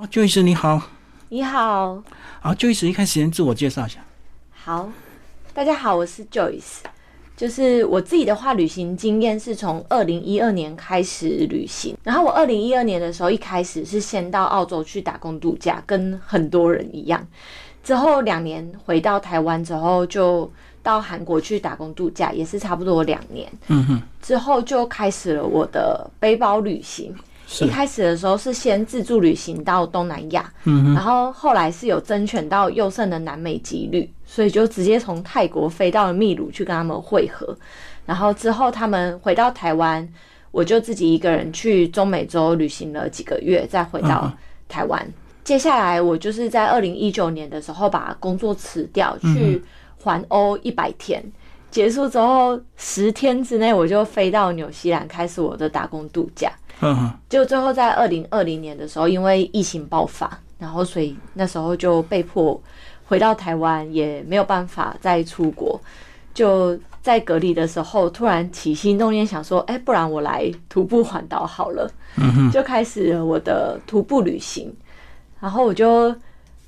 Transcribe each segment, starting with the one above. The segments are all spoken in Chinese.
哦，就医师你好，你好，好，就医师一开始先自我介绍一下。好，大家好，我是 Joyce。就是我自己的话，旅行经验是从二零一二年开始旅行，然后我二零一二年的时候，一开始是先到澳洲去打工度假，跟很多人一样。之后两年回到台湾之后，就到韩国去打工度假，也是差不多两年。嗯哼，之后就开始了我的背包旅行。是一开始的时候是先自助旅行到东南亚，嗯然后后来是有甄选到优胜的南美籍旅，所以就直接从泰国飞到了秘鲁去跟他们会合，然后之后他们回到台湾，我就自己一个人去中美洲旅行了几个月，再回嗯到台湾。接下来我就是在二零一九年的时候把工作辞掉，嗯去环欧一百天。结束之后，十天之内我就飞到纽西兰，开始我的打工度假。嗯哼，就最后在二零二零年的时候，因为疫情爆发，然后所以那时候就被迫回到台湾，也没有办法再出国。就在隔离的时候，突然起心动念，想说，哎、不然我来徒步环岛好了，就开始了我的徒步旅行。然后我就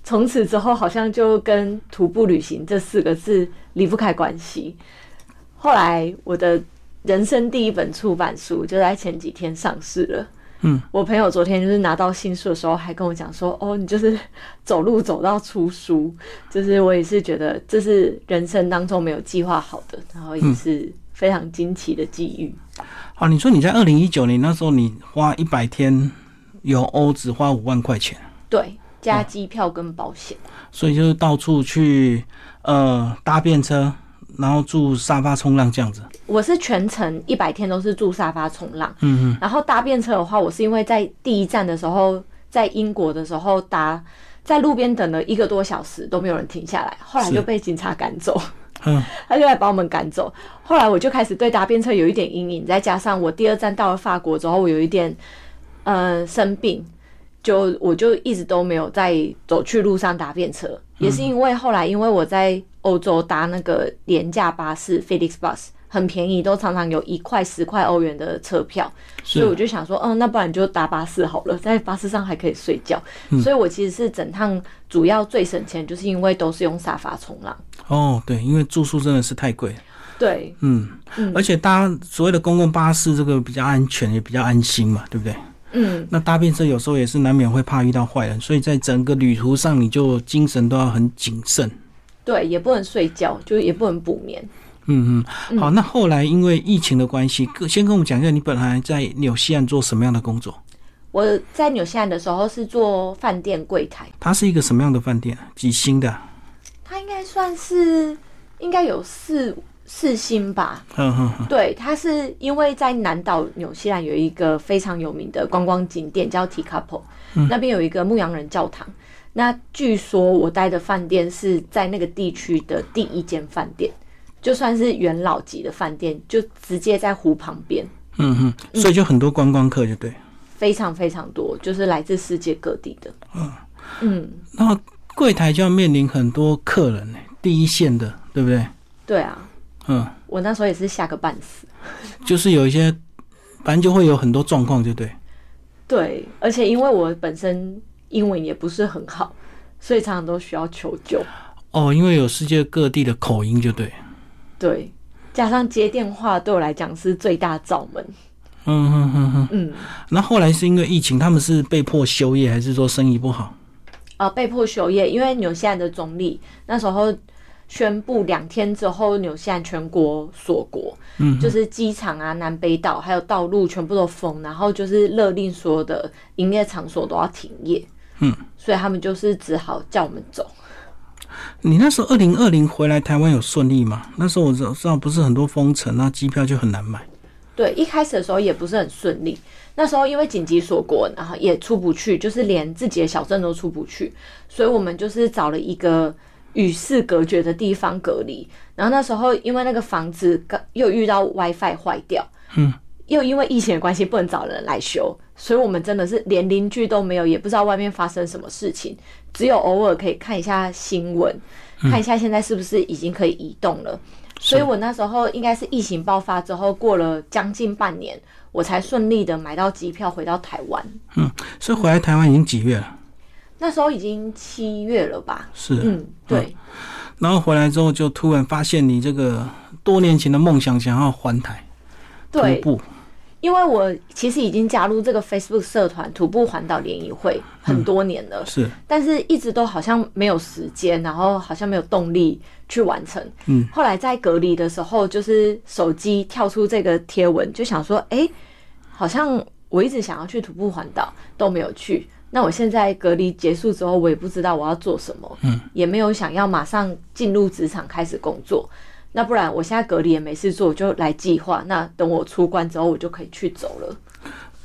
从此之后，好像就跟徒步旅行这四个字离不开关系。后来我的人生第一本出版书就在前几天上市了。嗯，我朋友昨天就是拿到新书的时候，还跟我讲说：“哦，你就是走路走到出书。”就是我也是觉得这是人生当中没有计划好的，然后也是非常惊奇的际遇。嗯好，啊你说你在二零一九年那时候，你花一百天游欧只花五万块钱，嗯对，加机票跟保险。所以就是到处去呃搭便车，然后住沙发冲浪这样子。我是全程一百天都是住沙发冲浪，嗯然后搭便车的话，我是因为在第一站的时候，在英国的时候搭，在路边等了一个多小时都没有人停下来，后来是就被警察赶走，哼，嗯，他就来把我们赶走。后来我就开始对搭便车有一点阴影，再加上我第二站到了法国之后，我有一点呃生病，就我就一直都没有在走去路上搭便车，也是因为后来因为我在欧洲搭那个廉价巴士 Felix Bus 很便宜，都常常有一块十块欧元的车票，所以我是就想说，嗯，那不然就搭巴士好了，在巴士上还可以睡觉。所以我其实是整趟主要最省钱，就是因为都是用沙发冲浪。哦，对，因为住宿真的是太贵了。对，嗯，嗯而且搭所谓的公共巴士这个比较安全，也比较安心嘛，对不对？嗯，那搭便车有时候也是难免会怕遇到坏人，所以在整个旅途上你就精神都要很谨慎。对，也不能睡觉，就也不能补眠。嗯嗯，好，那后来因为疫情的关系，各先跟我们讲一下，你本来在纽西兰做什么样的工作？我在纽西兰的时候是做饭店柜台，它是一个什么样的饭店？几星的啊？它应该算是应该有四四星吧。哼哼哼，对，它是因为在南岛纽西兰有一个非常有名的观光景点叫 Tekapo，、那边有一个牧羊人教堂。那据说我待的饭店是在那个地区的第一间饭店，就算是元老级的饭店，就直接在湖旁边，嗯哼，所以就很多观光客，就对。非常非常多，就是来自世界各地的。嗯，然后柜台就要面临很多客人、呢，第一线的，对不对？对啊，嗯，我那时候也是吓个半死。就是有一些，反正就会有很多状况，就对。对，而且因为我本身英文也不是很好，所以常常都需要求救。哦，因为有世界各地的口音，就对。对，加上接电话对我来讲是最大罩门。嗯哼哼哼。嗯，那后来是因为疫情，他们是被迫休业，还是说生意不好？啊、被迫休业，因为纽西兰的总理那时候宣布两天之后，纽西兰全国锁国，嗯，就是机场啊、南北岛还有道路全部都封，然后就是勒令所有的营业场所都要停业。嗯，所以他们就是只好叫我们走。你那时候二零二零回来台湾有顺利吗？那时候我知知道不是很多封城，那机票就很难买。对，一开始的时候也不是很顺利。那时候因为紧急锁国，然后也出不去，就是连自己的小镇都出不去，所以我们就是找了一个与世隔绝的地方隔离。然后那时候因为那个房子刚又遇到 WiFi 坏掉，嗯，又因为疫情的关系不能找人来修，所以我们真的是连邻居都没有，也不知道外面发生什么事情，只有偶尔可以看一下新闻，看一下现在是不是已经可以移动了。所以我那时候应该是疫情爆发之后，过了将近半年，我才顺利的买到机票回到台湾。嗯，所以回来台湾已经几月了？那时候已经七月了吧？是。啊嗯，对，然后回来之后，就突然发现你这个多年前的梦想想要环台徒对，步，因为我其实已经加入这个 Facebook 社团徒步环岛联谊会很多年了，是但是一直都好像没有时间，然后好像没有动力去完成。嗯，后来在隔离的时候，就是手机跳出这个贴文，就想说，哎、好像我一直想要去徒步环岛都没有去。那我现在隔离结束之后，我也不知道我要做什么，嗯，也没有想要马上进入职场开始工作。那不然我现在隔离也没事做，我就来计划。那等我出关之后，我就可以去走了。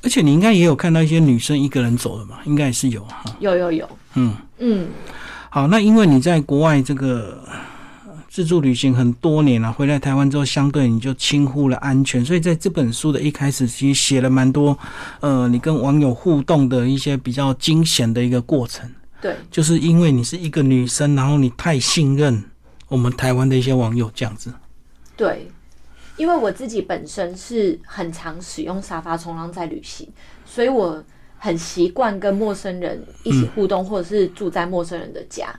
而且你应该也有看到一些女生一个人走的嘛，应该也是有啊哈。有有有，嗯嗯，好，那因为你在国外这个呃自助旅行很多年了、回来台湾之后，相对你就轻忽了安全，所以在这本书的一开始，其实写了蛮多，呃，你跟网友互动的一些比较惊险的一个过程，对，就是因为你是一个女生，然后你太信任我们台湾的一些网友这样子。对，因为我自己本身是很常使用沙发冲浪在旅行，所以我很习惯跟陌生人一起互动，或者是住在陌生人的家。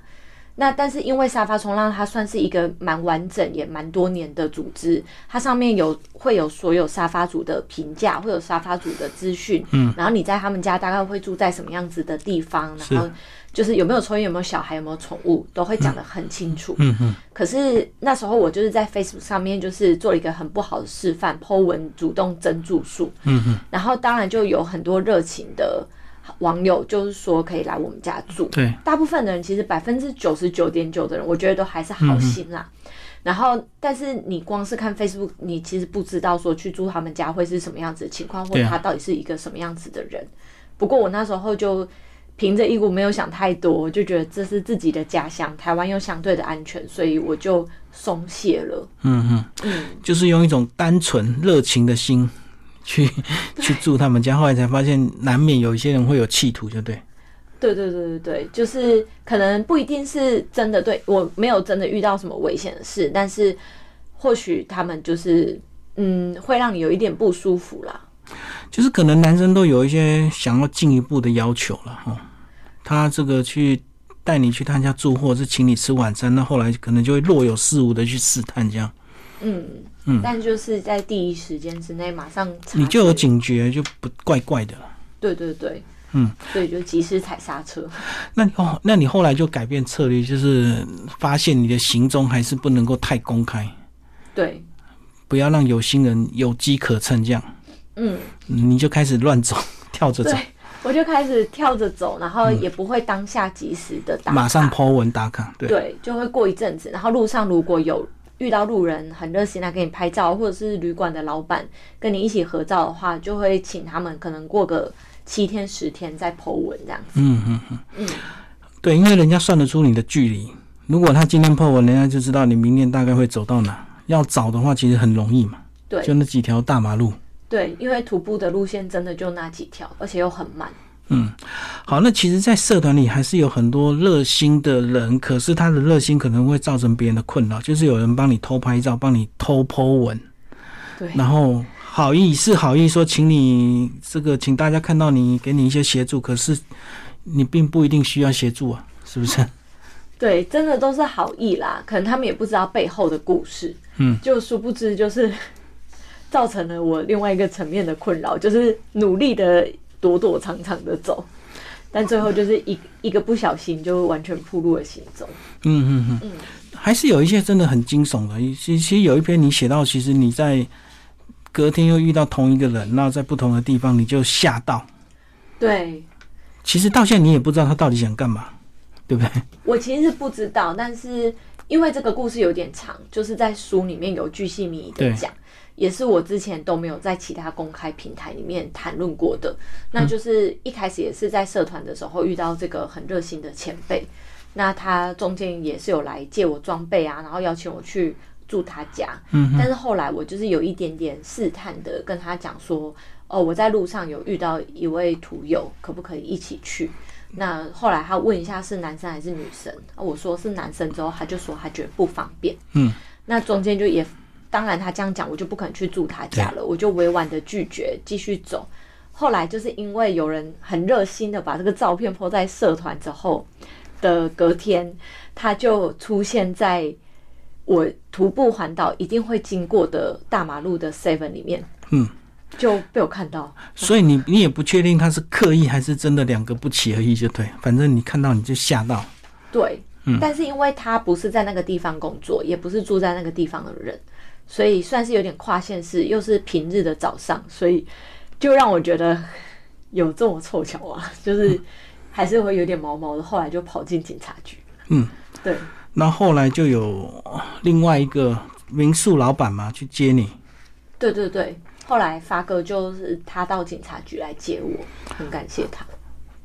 那但是因为沙发冲浪，它算是一个蛮完整也蛮多年的组织，它上面有会有所有沙发组的评价，会有沙发组的资讯，嗯，然后你在他们家大概会住在什么样子的地方，然后就是有没有抽烟、有没有小孩、有没有宠物，都会讲得很清楚，嗯可是那时候我就是在 Facebook 上面就是做了一个很不好的示范，po 文主动增住数，嗯嗯，然后当然就有很多热情的网友就是说可以来我们家住，对，大部分的人其实百分之九十九点九的人，我觉得都还是好心啦。嗯然后，但是你光是看 Facebook，你其实不知道说去住他们家会是什么样子的情况，或对者啊他到底是一个什么样子的人。不过我那时候就凭着一股没有想太多，我就觉得这是自己的家乡，台湾又相对的安全，所以我就松懈了。嗯嗯，嗯，就是用一种单纯热情的心去去住他们家，后来才发现难免有一些人会有企图，就对。对对对对对，就是可能不一定是真的对我没有真的遇到什么危险的事，但是或许他们就是嗯，会让你有一点不舒服啦。就是可能男生都有一些想要进一步的要求了哈、哦。他这个去带你去他家住，或者是请你吃晚餐，那后来可能就会若有似无的去试探，这样嗯，嗯但就是在第一时间之内马上察觉你就有警觉，就不怪怪的了。对对对，嗯，所以就及时踩刹车。那你哦，那你后来就改变策略，就是发现你的行踪还是不能够太公开，对，不要让有心人有机可乘，这样嗯，你就开始乱走，跳着走对，我就开始跳着走，然后也不会当下及时的打卡，嗯马上 Po 文打卡，对，对，就会过一阵子，然后路上如果有遇到路人很热心来给你拍照，或者是旅馆的老板跟你一起合照的话，就会请他们可能过个七天十天再 po 文这样子。嗯嗯嗯嗯，对，因为人家算得出你的距离。如果他今天破文，人家就知道你明天大概会走到哪。要找的话，其实很容易嘛，就对那几条大马路。对，因为徒步的路线真的就那几条，而且又很慢。好，那其实，在社团里还是有很多热心的人，可是他的热心可能会造成别人的困扰，就是有人帮你偷拍照，帮你偷 Po 文，对，然后好意是好意说，请你这个，请大家看到你，给你一些协助，可是你并不一定需要协助啊，是不是？对，真的都是好意啦，可能他们也不知道背后的故事，嗯，就殊不知就是造成了我另外一个层面的困扰，就是努力的躲躲藏藏的走，但最后就是一一个不小心就完全暴露了行踪。嗯嗯嗯，还是有一些真的很惊悚的。其其实有一篇你写到，其实你在隔天又遇到同一个人，那在不同的地方你就吓到。对其实到现在你也不知道他到底想干嘛，对不对？ 我其实是不知道，但是因为这个故事有点长，就是在书里面有巨细靡遗的对讲，也是我之前都没有在其他公开平台里面谈论过的。嗯那就是一开始也是在社团的时候遇到这个很热心的前辈，那他中间也是有来借我装备啊，然后邀请我去住他家。嗯但是后来我就是有一点点试探的跟他讲说，哦，我在路上有遇到一位徒友，可不可以一起去？那后来他问一下是男生还是女生，啊我说是男生之后，他就说他觉得不方便。嗯，那中间就也，当然他这样讲，我就不肯去住他家了，我就委婉的拒绝，继续走。后来就是因为有人很热心的把这个照片 po 在社团之后的隔天，它就出现在我徒步环岛一定会经过的大马路的 Seven 里面，嗯，就被我看到。所以你你也不确定他是刻意还是真的两个不期而遇就对，反正你看到你就吓到。对，但是因为他不是在那个地方工作，也不是住在那个地方的人，所以算是有点跨县市，又是平日的早上，所以就让我觉得有这么凑巧啊， 就是还是会有点毛毛的。后来就跑进警察局。嗯，对，那后来就有另外一个民宿老板嘛去接你，对对对。后来发哥就是他到警察局来接我，很感谢他。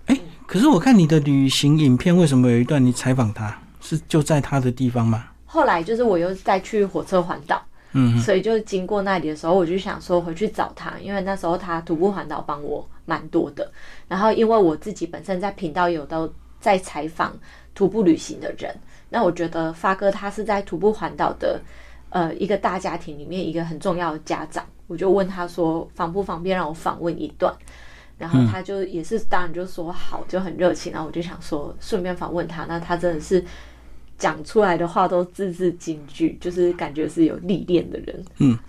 哎、可是我看你的旅行影片，为什么有一段你采访他是就在他的地方吗？后来就是我又再去火车环岛，嗯，所以就经过那里的时候，我就想说回去找他，因为那时候他徒步环岛帮我蛮多的。然后因为我自己本身在频道有都在采访徒步旅行的人，那我觉得发哥他是在徒步环岛的呃一个大家庭里面一个很重要的家长，我就问他说方不方便让我访问一段。然后他就也是，当然就说好，就很热情。然后啊我就想说，顺便访问他，那他真的是讲出来的话都字字金句，就是感觉是有历练的人。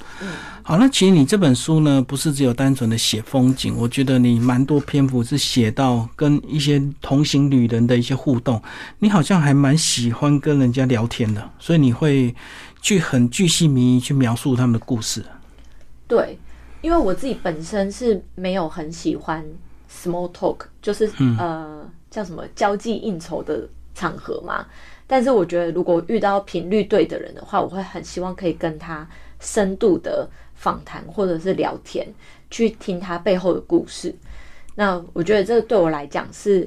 好，那其实你这本书呢，不是只有单纯的写风景，我觉得你蛮多篇幅是写到跟一些同行旅人的一些互动，你好像还蛮喜欢跟人家聊天的，所以你会去很巨细靡遗去描述他们的故事。对，因为我自己本身是没有很喜欢 small talk，就是、呃叫什么交际应酬的场合嘛。但是我觉得，如果遇到频率对的人的话，我会很希望可以跟他深度的访谈或者是聊天，去听他背后的故事。那我觉得这个对我来讲是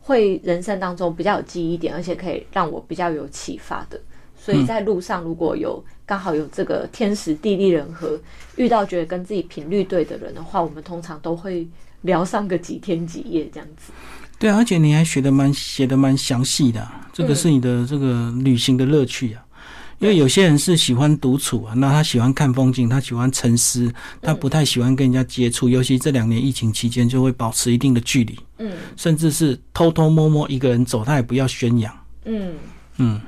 会人生当中比较有记忆一点，而且可以让我比较有启发的。所以在路上如果有刚好有这个天时地利人和，遇到觉得跟自己频率对的人的话，我们通常都会聊上个几天几夜这样子。对啊，而且你还学的蛮写的蛮详细的啊、这个嗯是你的这个旅行的乐趣啊。因为有些人是喜欢独处啊，那他喜欢看风景，他喜欢沉思，他不太喜欢跟人家接触，尤其这两年疫情期间，就会保持一定的距离。嗯甚至是偷偷摸摸一个人走，他也不要宣扬。嗯嗯，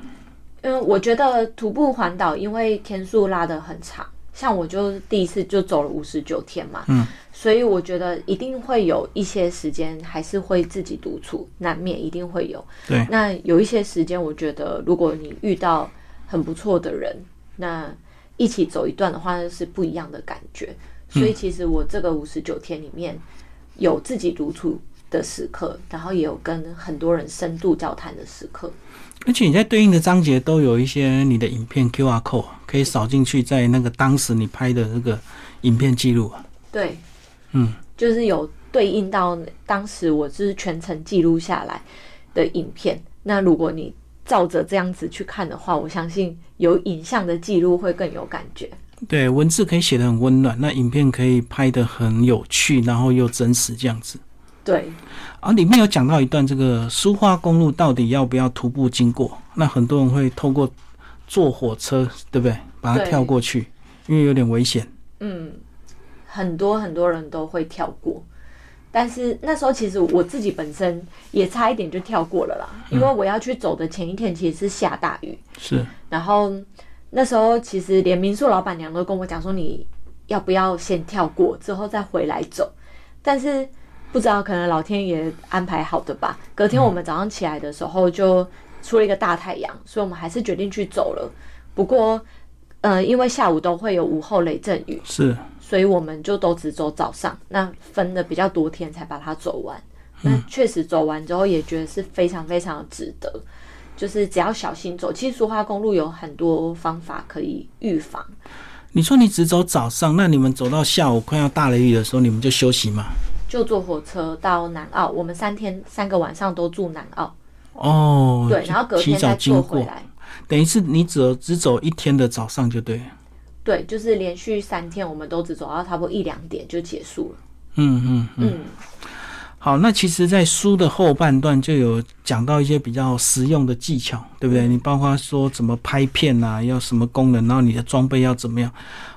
嗯，我觉得徒步环岛因为天数拉得很长，像我就第一次就走了五十九天嘛，嗯，所以我觉得一定会有一些时间还是会自己独处，难免一定会有。对，那有一些时间，我觉得如果你遇到很不错的人，那一起走一段的话是不一样的感觉。所以其实我这个五十九天里面，有自己独处的时刻，然后也有跟很多人深度交谈的时刻。而且你在对应的章节都有一些你的影片 QR code 啊可以扫进去，在那个当时你拍的那个影片记录啊。对，嗯，就是有对应到当时我就是全程记录下来的影片。那如果你照着这样子去看的话，我相信有影像的记录会更有感觉。对，文字可以写得很温暖，那影片可以拍得很有趣，然后又真实这样子。对，啊，里面有讲到一段这个苏花公路到底要不要徒步经过？那很多人会透过坐火车，对不对？把它对跳过去，因为有点危险。嗯，很多很多人都会跳过，但是那时候其实我自己本身也差一点就跳过了啦，因为我要去走的前一天其实是下大雨，是，然后那时候其实连民宿老板娘都跟我讲说，你要不要先跳过，之后再回来走？但是不知道可能老天爷安排好的吧。隔天我们早上起来的时候就出了一个大太阳，所以我们还是决定去走了。不过，呃，因为下午都会有午后雷阵雨，是，所以我们就都只走早上，那分了比较多天才把它走完。嗯那确实走完之后也觉得是非常非常值得，就是只要小心走。其实苏花公路有很多方法可以预防，你说你只走早上，那你们走到下午快要大雷雨的时候，你们就休息嘛？就坐火车到南澳，我们三天三个晚上都住南澳，哦，对，就然后隔提天早再坐经回过，来，等于是你只有只走一天的早上就对了。对，就是连续三天我们都只走到差不多一两点就结束了。嗯嗯嗯。嗯，好，那其实，在书的后半段就有讲到一些比较实用的技巧，对不嗯对？你包括说怎么拍片啊，要什么功能，然后你的装备要怎么样，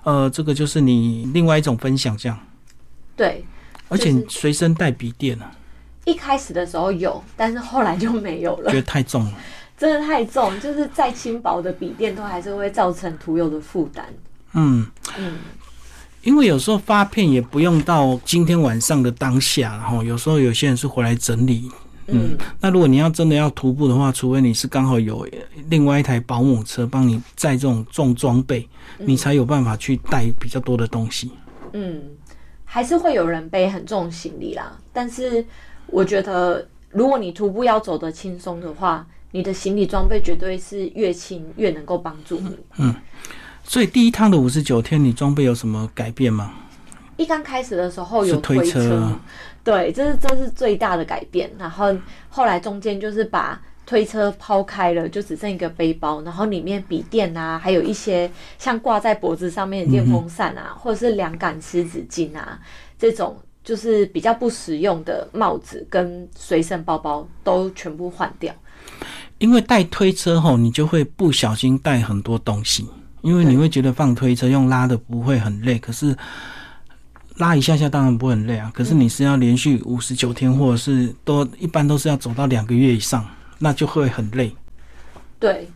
呃，这个就是你另外一种分享，这样。对，而且就是随身带笔电 啊，一开始的时候有，但是后来就没有了觉，得太重了。真的太重，就是再轻薄的笔电都还是会造成涂油的负担。嗯，嗯，因为有时候发片也不用到今天晚上的当下，然后有时候有些人是回来整理。嗯，那如果你要真的要徒步的话，除非你是刚好有另外一台保姆车帮你载这种重装备，你才有办法去带比较多的东西。嗯，还是会有人背很重的行李啦。但是我觉得，如果你徒步要走得轻松的话，你的行李装备绝对是越轻越能够帮助你。所以第一趟的五十九天，你装备有什么改变吗？一刚开始的时候是有推车，车对，这是这是最大的改变。然后后来中间就是把推车抛开了，就只剩一个背包，然后里面笔电啊，还有一些像挂在脖子上面的电风扇嗯啊，或者是凉感湿纸巾啊，这种就是比较不实用的帽子跟随身包包都全部换掉。因为带推车后，你就会不小心带很多东西，因为你会觉得放推车用拉的不会很累，可是拉一下下当然不会很累啊。可是你是要连续五十九天，或者是都一般都是要走到两个月以上，那就会很累。对，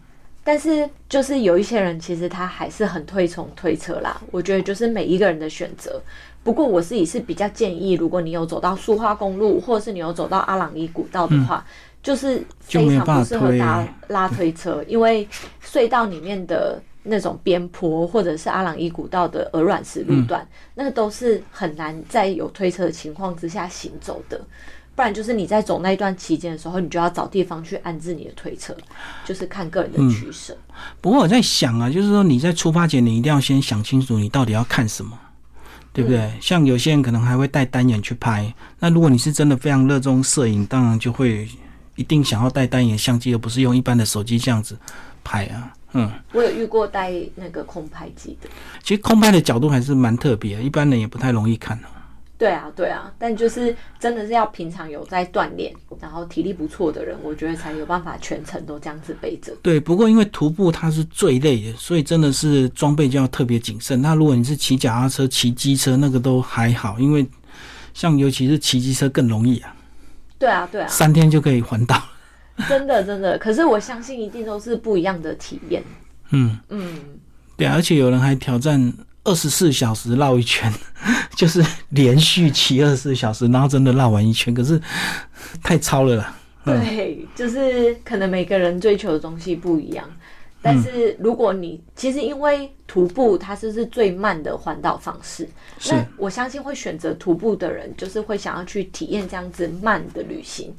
但是就是有一些人其实他还是很推崇推车啦。我觉得就是每一个人的选择。不过我自己是比较建议，如果你有走到苏花公路，或者是你有走到阿朗伊古道的话，就是非常不适就合没有办搭法拉推车，因为隧道里面的那种边坡，或者是阿朗伊古道的鹅卵石路段，那个都是很难在有推车的情况之下行走的。不然就是你在走那一段期间的时候，你就要找地方去安置你的推车，就是看个人的取舍。不过我在想啊，就是说你在出发前，你一定要先想清楚你到底要看什么，对不对？像有些人可能还会带单眼去拍，那如果你是真的非常热衷摄影，当然就会一定想要带单眼相机，而不是用一般的手机这样子拍啊。嗯，我有遇过带那个空拍机的，其实空拍的角度还是蛮特别的，一般人也不太容易看啊对啊，对啊，但就是真的是要平常有在锻炼，然后体力不错的人，我觉得才有办法全程都这样子背着。对，不过因为徒步它是最累的，所以真的是装备就要特别谨慎。那如果你是骑脚踏车、骑机车，那个都还好，因为像尤其是骑机车更容易啊，对啊，对啊，三天就可以环岛。真的真的。可是我相信一定都是不一样的体验。嗯，嗯，对啊，而且有人还挑战二十四小时绕一圈， 就是连续骑二十四小时，然后真的绕完一圈，可是太超了啦。对，就是可能每个人追求的东西不一样。但是如果你其实因为徒步它就是最慢的环岛方式，是那我相信会选择徒步的人，就是会想要去体验这样子慢的旅行。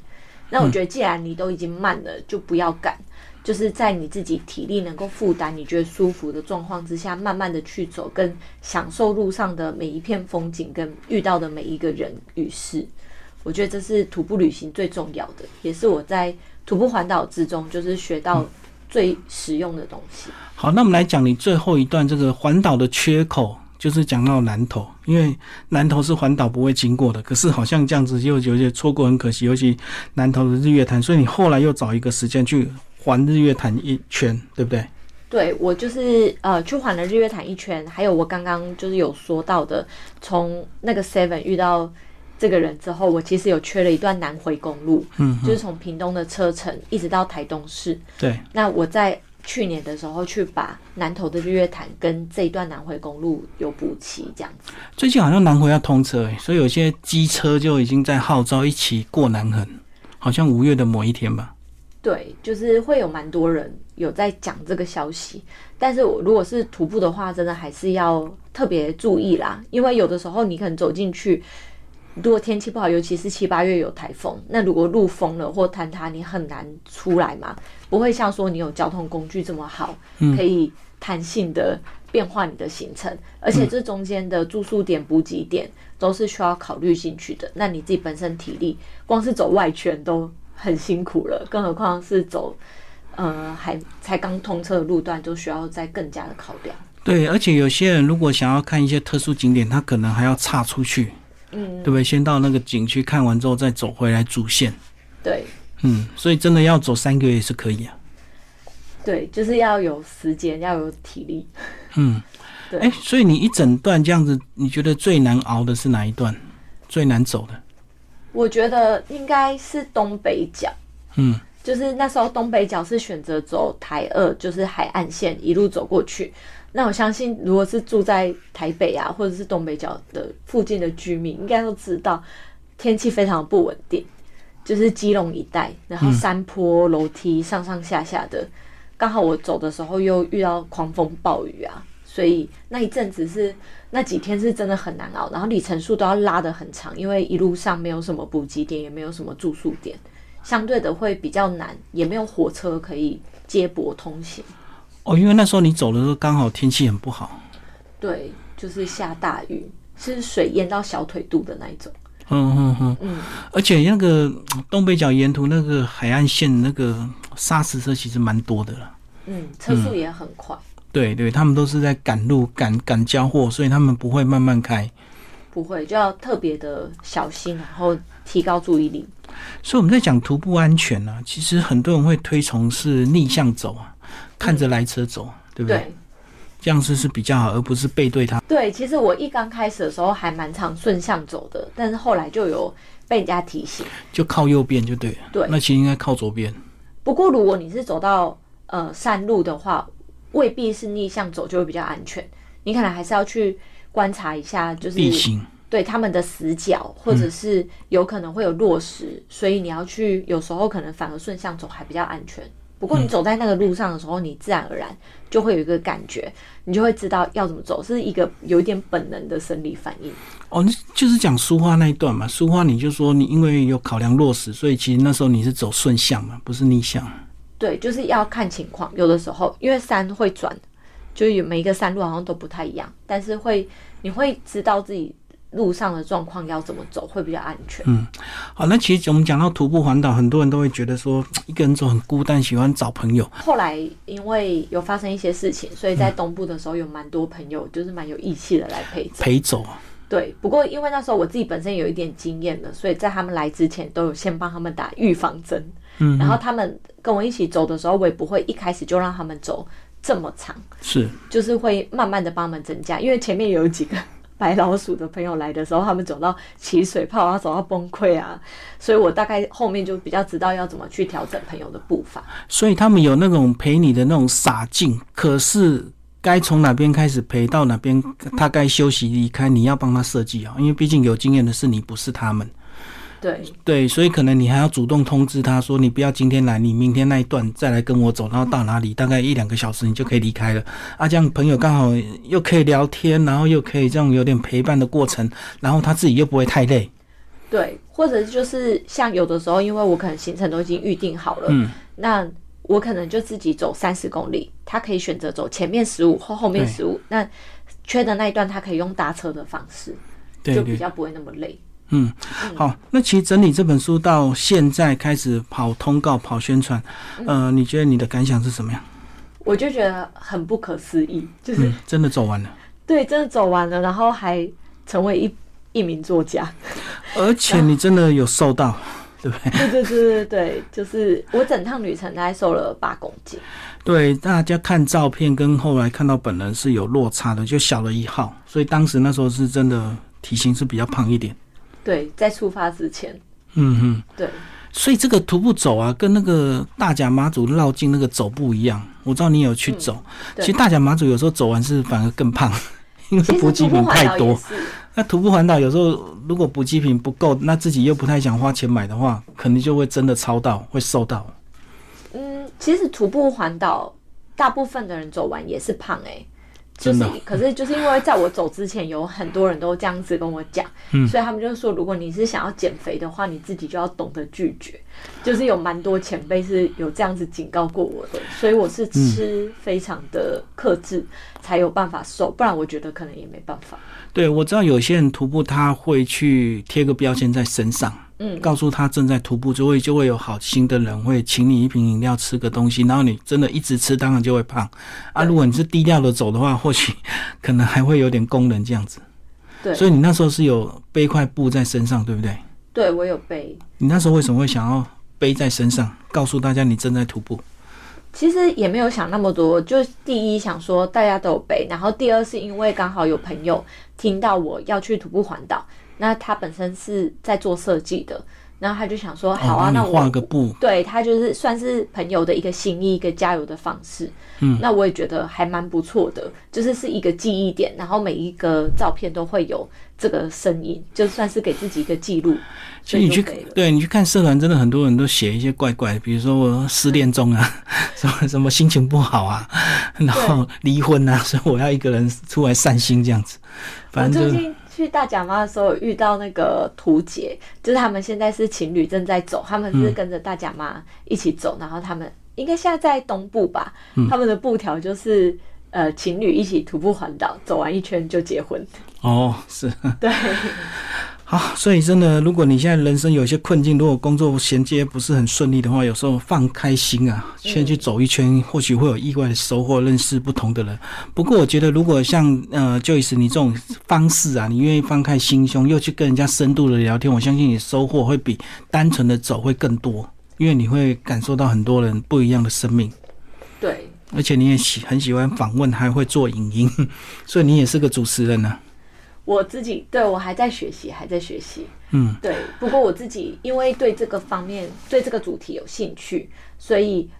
那我觉得，既然你都已经慢了，就不要赶，就是在你自己体力能够负担、你觉得舒服的状况之下，慢慢的去走，跟享受路上的每一片风景，跟遇到的每一个人与事。我觉得这是徒步旅行最重要的，也是我在徒步环岛之中就是学到最实用的东西。好，那我们来讲你最后一段这个环岛的缺口，就是讲到南投，因为南投是环岛不会经过的，可是好像这样子又有些错过，很可惜。尤其南投的日月潭，所以你后来又找一个时间去环日月潭一圈，对不对？对我就是呃去环了日月潭一圈，还有我刚刚就是有说到的，从那个 Seven 遇到这个人之后，我其实有缺了一段南回公路，嗯，就是从屏东的车城一直到台东市。对，那我在去年的时候去把南投的日月潭跟这一段南回公路有补齐，这样子。最近好像南回要通车、欸，所以有些机车就已经在号召一起过南横，好像五月的某一天吧。对，就是会有蛮多人有在讲这个消息，但是我如果是徒步的话，真的还是要特别注意啦，因为有的时候你可能走进去，如果天气不好，尤其是七八月有台风，那如果路封了或坍塌，你很难出来嘛，不会像说你有交通工具这么好，可以弹性的变化你的行程，而且这中间的住宿点、补给点都是需要考虑进去的。那你自己本身体力，光是走外圈都很辛苦了，更何况是走。呃，还才刚通车的路段，就需要再更加的考量。对，而且有些人如果想要看一些特殊景点，他可能还要岔出去，嗯，对不对？先到那个景区看完之后再走回来主线，对嗯，所以真的要走三个月也是可以啊，对，就是要有时间，要有体力。嗯，对哎，所以你一整段这样子，你觉得最难熬的是哪一段？最难走的？我觉得应该是东北角，嗯，就是那时候东北角是选择走台二，就是海岸线一路走过去。那我相信，如果是住在台北啊，或者是东北角的附近的居民，应该都知道天气非常不稳定，就是基隆一带，然后山坡、楼梯上上下下的。刚好我走的时候又遇到狂风暴雨啊，所以那一阵子是那几天是真的很难熬，然后里程数都要拉得很长，因为一路上没有什么补给点，也没有什么住宿点，相对的会比较难，也没有火车可以接驳通行。哦，因为那时候你走的时候刚好天气很不好，对，就是下大雨，是水淹到小腿肚的那一种。嗯嗯嗯，而且那个嗯东北角沿途那个海岸线那个砂石车其实蛮多的啦。嗯，车速也很快，对对，他们都是在赶路、赶赶交货，所以他们不会慢慢开。不会就要特别的小心，然后提高注意力。所以我们在讲徒步安全呢、其实很多人会推崇是逆向走啊，看着来车走，对不嗯对？对这样是是比较好，而不是背对他。对，其实我一刚开始的时候还蛮常顺向走的，但是后来就有被人家提醒。就靠右边就对嗯了。对那其实应该靠左边。不过如果你是走到呃山路的话，未必是逆向走就会比较安全，你可能还是要去观察一下，就是地形嗯对他们的死角，或者是有可能会有落石，所以你要去，有时候可能反而顺向走还比较安全。不嗯过你走在那个路上的时候，你自然而然就会有一个感觉，你就会知道要怎么走，是一个有一点本能的生理反应。哦，那就是讲苏花那一段嘛。苏花你就说你因为有考量落实，所以其实那时候你是走顺向嘛，不是逆向。对，就是要看情况，有的时候因为山会转，就是有每一个山路好像都不太一样，但是会你会知道自己路上的状况要怎么走会比较安全。好，那其实我们讲到徒步环岛，很多人都会觉得说一个人走很孤单，喜欢找朋友。后来因为有发生一些事情，所以在东部的时候有蛮多朋友，就是蛮有义气的来陪着。陪走，对，不过因为那时候我自己本身有一点经验了，所以在他们来之前都有先帮他们打预防针。嗯，然后他们跟我一起走的时候，我也不会一开始就让他们走这么长，是就是会慢慢的帮他们增加，因为前面有几个 白老鼠的朋友来的时候，他们走到起水泡啊，走到崩溃啊，所以我大概后面就比较知道要怎么去调整朋友的步伐。所以他们有那种陪你的那种洒劲，可是该从哪边开始陪到哪边，他该休息离开，你要帮他设计好，因为毕竟有经验的是你，不是他们。对，对，所以可能你还要主动通知他说，你不要今天来，你明天那一段再来跟我走，然后到哪里，大概一两个小时你就可以离开了。啊，这样朋友刚好又可以聊天，然后又可以这样有点陪伴的过程，然后他自己又不会太累。对，或者就是像有的时候，因为我可能行程都已经预定好了，嗯那我可能就自己走三十公里，他可以选择走前面十五或后面对十五，那缺的那一段他可以用搭车的方式，对就对比较不会那么累。嗯，好，那其实整理这本书到现在开始跑通告、跑宣传，嗯呃，你觉得你的感想是什么样？我就觉得很不可思议，就是、嗯，真的走完了，对，真的走完了，然后还成为一一名作家。而且你真的有瘦到，对不对？对对对对对，就是我整趟旅程大概瘦了八公斤。对，大家看照片跟后来看到本人是有落差的，就小了一号，所以当时那时候是真的体型是比较胖一点。对，在出发之前，嗯嗯，对所以这个徒步走啊，跟那个大甲马祖绕境那个走不一样。我知道你有去走，对其实大甲马祖有时候走完是反而更 胖，因为其补给实徒品步太环岛多也。是。那徒步环岛有时候如果补给品不够，那自己又不太想花钱买的话，可能就会真的超到，会瘦到。嗯，其实徒步环岛，大部分的人走完也是胖哎、就真是的哦可是就是因为在我走之前，有很多人都这样子跟我讲，嗯所以他们就说，如果你是想要减肥的话，你自己就要懂得拒绝。就是有蛮多前辈是有这样子警告过我的，所以我是吃嗯非常的克制，才有办法瘦，不然我觉得可能也没办法。对，我知道有些人徒步他会去贴个标签在身上，嗯告诉他正在徒步，就会就会有好心的人会请你一瓶饮料，吃个东西，然后你真的一直吃，当然就会胖啊。如果你是低调的走的话，或许可能还会有点功能这样子。对所以你那时候是有背一块布在身上，对不对？对我有被你那时候为什么会想要背在身上，告诉大家你正在徒步？其实也没有想那么多，就第一想说大家都有背，然后第二是因为刚好有朋友听到我要去徒步环岛，那他本身是在做设计的，然后他就想说，哦好啊，帮那你画我个布，对他就是算是朋友的一个心意，一个加油的方式。嗯，那我也觉得还蛮不错的，就是是一个记忆点，然后每一个照片都会有这个声音，就算是给自己一个记录。其实你去所以就可以了对你去看社团，真的很多人都写一些怪怪的，比如说我失恋中啊，什么什么心情不好啊，然后离婚啊，所以我要一个人出来散心这样子。我反最正就近去大甲妈的时候有遇到那个图姐，就是他们现在是情侣正在走，他们是嗯跟着大甲妈一起走，然后他们应该现在在东部吧，嗯他们的步调就是呃情侣一起徒步环岛，走完一圈就结婚。哦是。对，好，所以真的，如果你现在人生有一些困境，如果工作衔接不是很顺利的话，有时候放开心啊，先去走一圈，或许会有意外的收获，认识不同的人。不过我觉得，如果像呃 Joyce 你这种方式啊，你愿意放开心胸，又去跟人家深度的聊天，我相信你收获会比单纯的走会更多，因为你会感受到很多人不一样的生命，对。而且你也喜很喜欢访问，还会做影音，所以你也是个主持人啊呢、我自己对我还在学习，还在学习。嗯，对。不过我自己因为对这个方面、对这个主题有兴趣，所以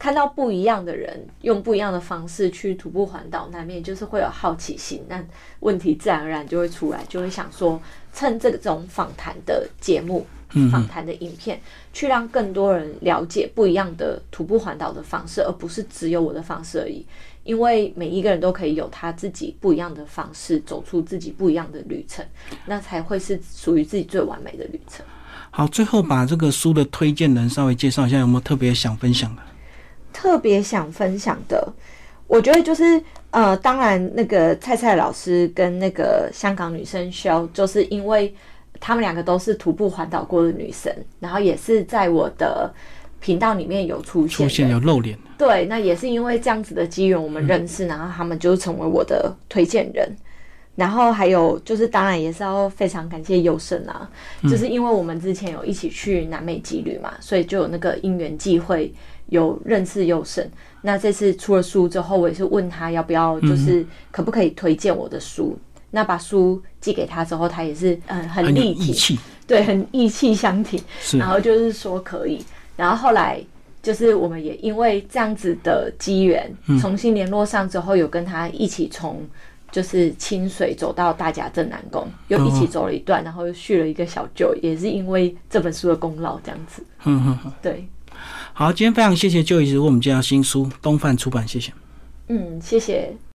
看到不一样的人用不一样的方式去徒步环岛，难免就是会有好奇心，那问题自然而然就会出来，就会想说，趁这种访谈的节目。访谈的影片，去让更多人了解不一样的徒步环岛的方式，而不是只有我的方式而已。因为每一个人都可以有他自己不一样的方式，走出自己不一样的旅程，那才会是属于自己最完美的旅程。好，最后把这个书的推荐人稍微介绍一下，有没有特别想分享的？特别想分享的，我觉得就是呃，当然那个菜菜老师跟那个香港女生 Shell，就是因为他们两个都是徒步环岛过的女生，然后也是在我的频道里面有出现出的，现有露脸，对，那也是因为这样子的机缘，我们认识，然后他们就成为我的推荐人。然后还有就是，当然也是要非常感谢优胜啊，嗯就是因为我们之前有一起去南美之旅嘛，所以就有那个因缘际会有认识优胜。那这次出了书之后，我也是问他要不要，嗯就是可不可以推荐我的书。那把书寄给他之后，他也是嗯很很有立义体，啊气，对，很意气相挺。是然后就是说可以，然后后来就是我们也因为这样子的机缘，重新联络上之后，有跟他一起从就是清水走到大甲镇南宫，又一起走了一段，然后又续了一个小酒，也是因为这本书的功劳这样子。嗯嗯嗯。对，好，今天非常谢谢就一直为我们介绍新书，东贩出版，谢谢。嗯，谢谢